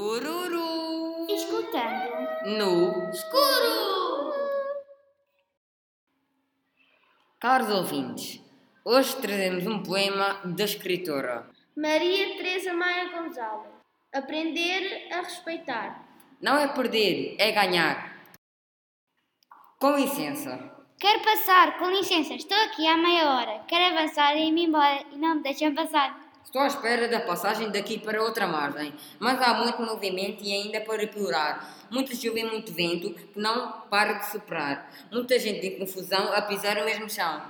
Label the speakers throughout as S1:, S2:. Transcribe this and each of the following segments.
S1: Turururu.
S2: Escutando.
S1: No.
S2: Escuro!
S1: Caros ouvintes, hoje trazemos um poema da escritora.
S2: Maria Teresa Maia Gonzalez. Aprender a respeitar.
S1: Não é perder, é ganhar. Com licença.
S2: Quero passar, com licença, estou aqui há meia hora. Quero avançar e ir-me embora e não me deixam passar.
S1: Estou à espera da passagem daqui para outra margem, mas há muito movimento e ainda para piorar. Muita chuva e muito vento que não para de soprar. Muita gente em confusão a pisar o mesmo chão.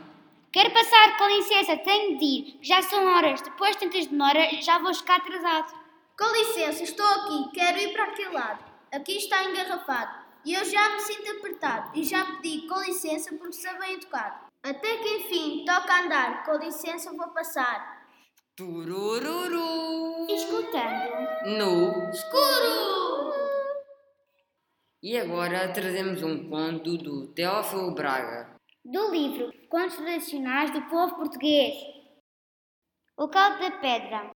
S2: Quero passar, com licença, tenho de ir. Já são horas, depois de tantas demoras, já vou ficar atrasado.
S3: Com licença, estou aqui, quero ir para aquele lado. Aqui está engarrafado. E eu já me sinto apertado e já pedi com licença porque sou bem educado. Até que enfim, toca andar, com licença vou passar.
S1: Turururu.
S2: Escutando.
S1: No.
S3: Escuro!
S1: E agora trazemos um conto do Teófilo Braga.
S2: Do livro Contos Tradicionais do Povo Português. O Caldo da Pedra.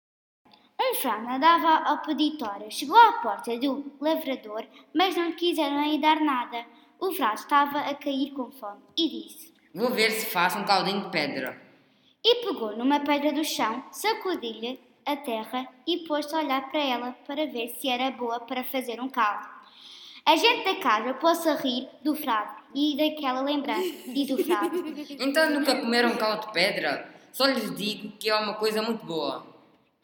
S2: Um frão nadava ao peditório. Chegou à porta do lavrador, mas não quiseram lhe dar nada. O frão estava a cair com fome e disse.
S1: Vou ver se faço um caldinho de pedra.
S2: E pegou numa pedra do chão, sacudiu-lhe a terra e pôs-se a olhar para ela para ver se era boa para fazer um caldo. A gente da casa pôs-se a rir do frado e daquela lembrança, diz o frado.
S1: Então nunca comeram caldo de pedra? Só lhes digo que é uma coisa muito boa.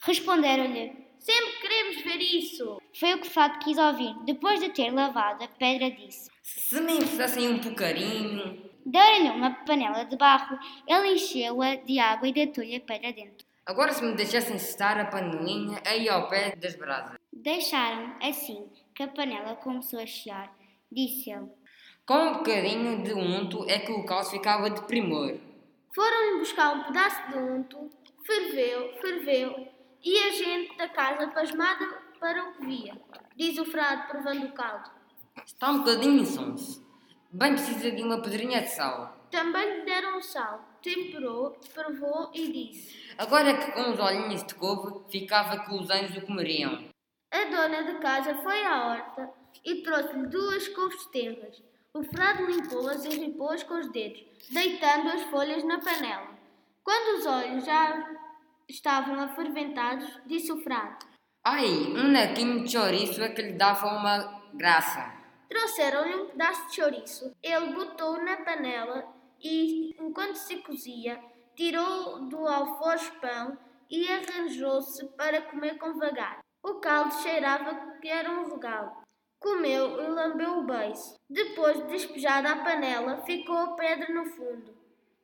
S2: Responderam-lhe.
S3: Sempre queremos ver isso!
S2: Foi o que o frado quis ouvir. Depois de ter lavado a pedra, disse.
S1: Se me emprestassem um bocadinho.
S2: Deram-lhe uma panela de barro, ele encheu-a de água e deitou-lhe a pedra dentro.
S1: Agora se me deixassem estar a panelinha aí ao pé das brasas.
S2: Deixaram assim que a panela começou a chiar. Disse ele.
S1: Com um bocadinho de unto é que o caldo ficava de primor.
S3: Foram-lhe buscar um pedaço de unto, ferveu, ferveu, e a gente da casa pasmada para o que via. Diz o frado, provando o caldo.
S1: Está um bocadinho insonso. Bem precisa de uma pedrinha de sal.
S3: Também lhe deram sal, temperou, provou e disse:
S1: Agora que com os olhinhos de couve ficava que os anjos o comeriam.
S3: A dona de casa foi à horta e trouxe-lhe duas couves tenras. O frado limpou-as e ripou-as com os dedos, deitando as folhas na panela. Quando os olhos já estavam aferventados, disse o frado:
S1: Ai, um naquinho de chouriço é que lhe dava uma graça.
S3: Trouxeram-lhe um pedaço de chouriço. Ele botou na panela e, enquanto se cozia, tirou do alforje pão e arranjou-se para comer com vagar. O caldo cheirava que era um regalo. Comeu e lambeu o beiço. Depois de despejada a panela, ficou a pedra no fundo.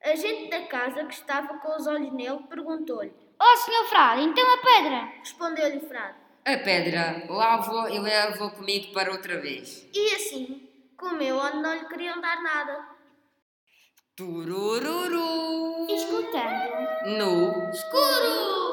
S3: A gente da casa que estava com os olhos nele perguntou-lhe.
S2: Oh, senhor frado, então a pedra?
S3: Respondeu-lhe o frado.
S1: A pedra lavo e levo comigo para outra vez.
S3: E assim, comeu onde não lhe queriam dar nada.
S1: Turururu.
S2: Escutando.
S1: No.
S3: Escuro!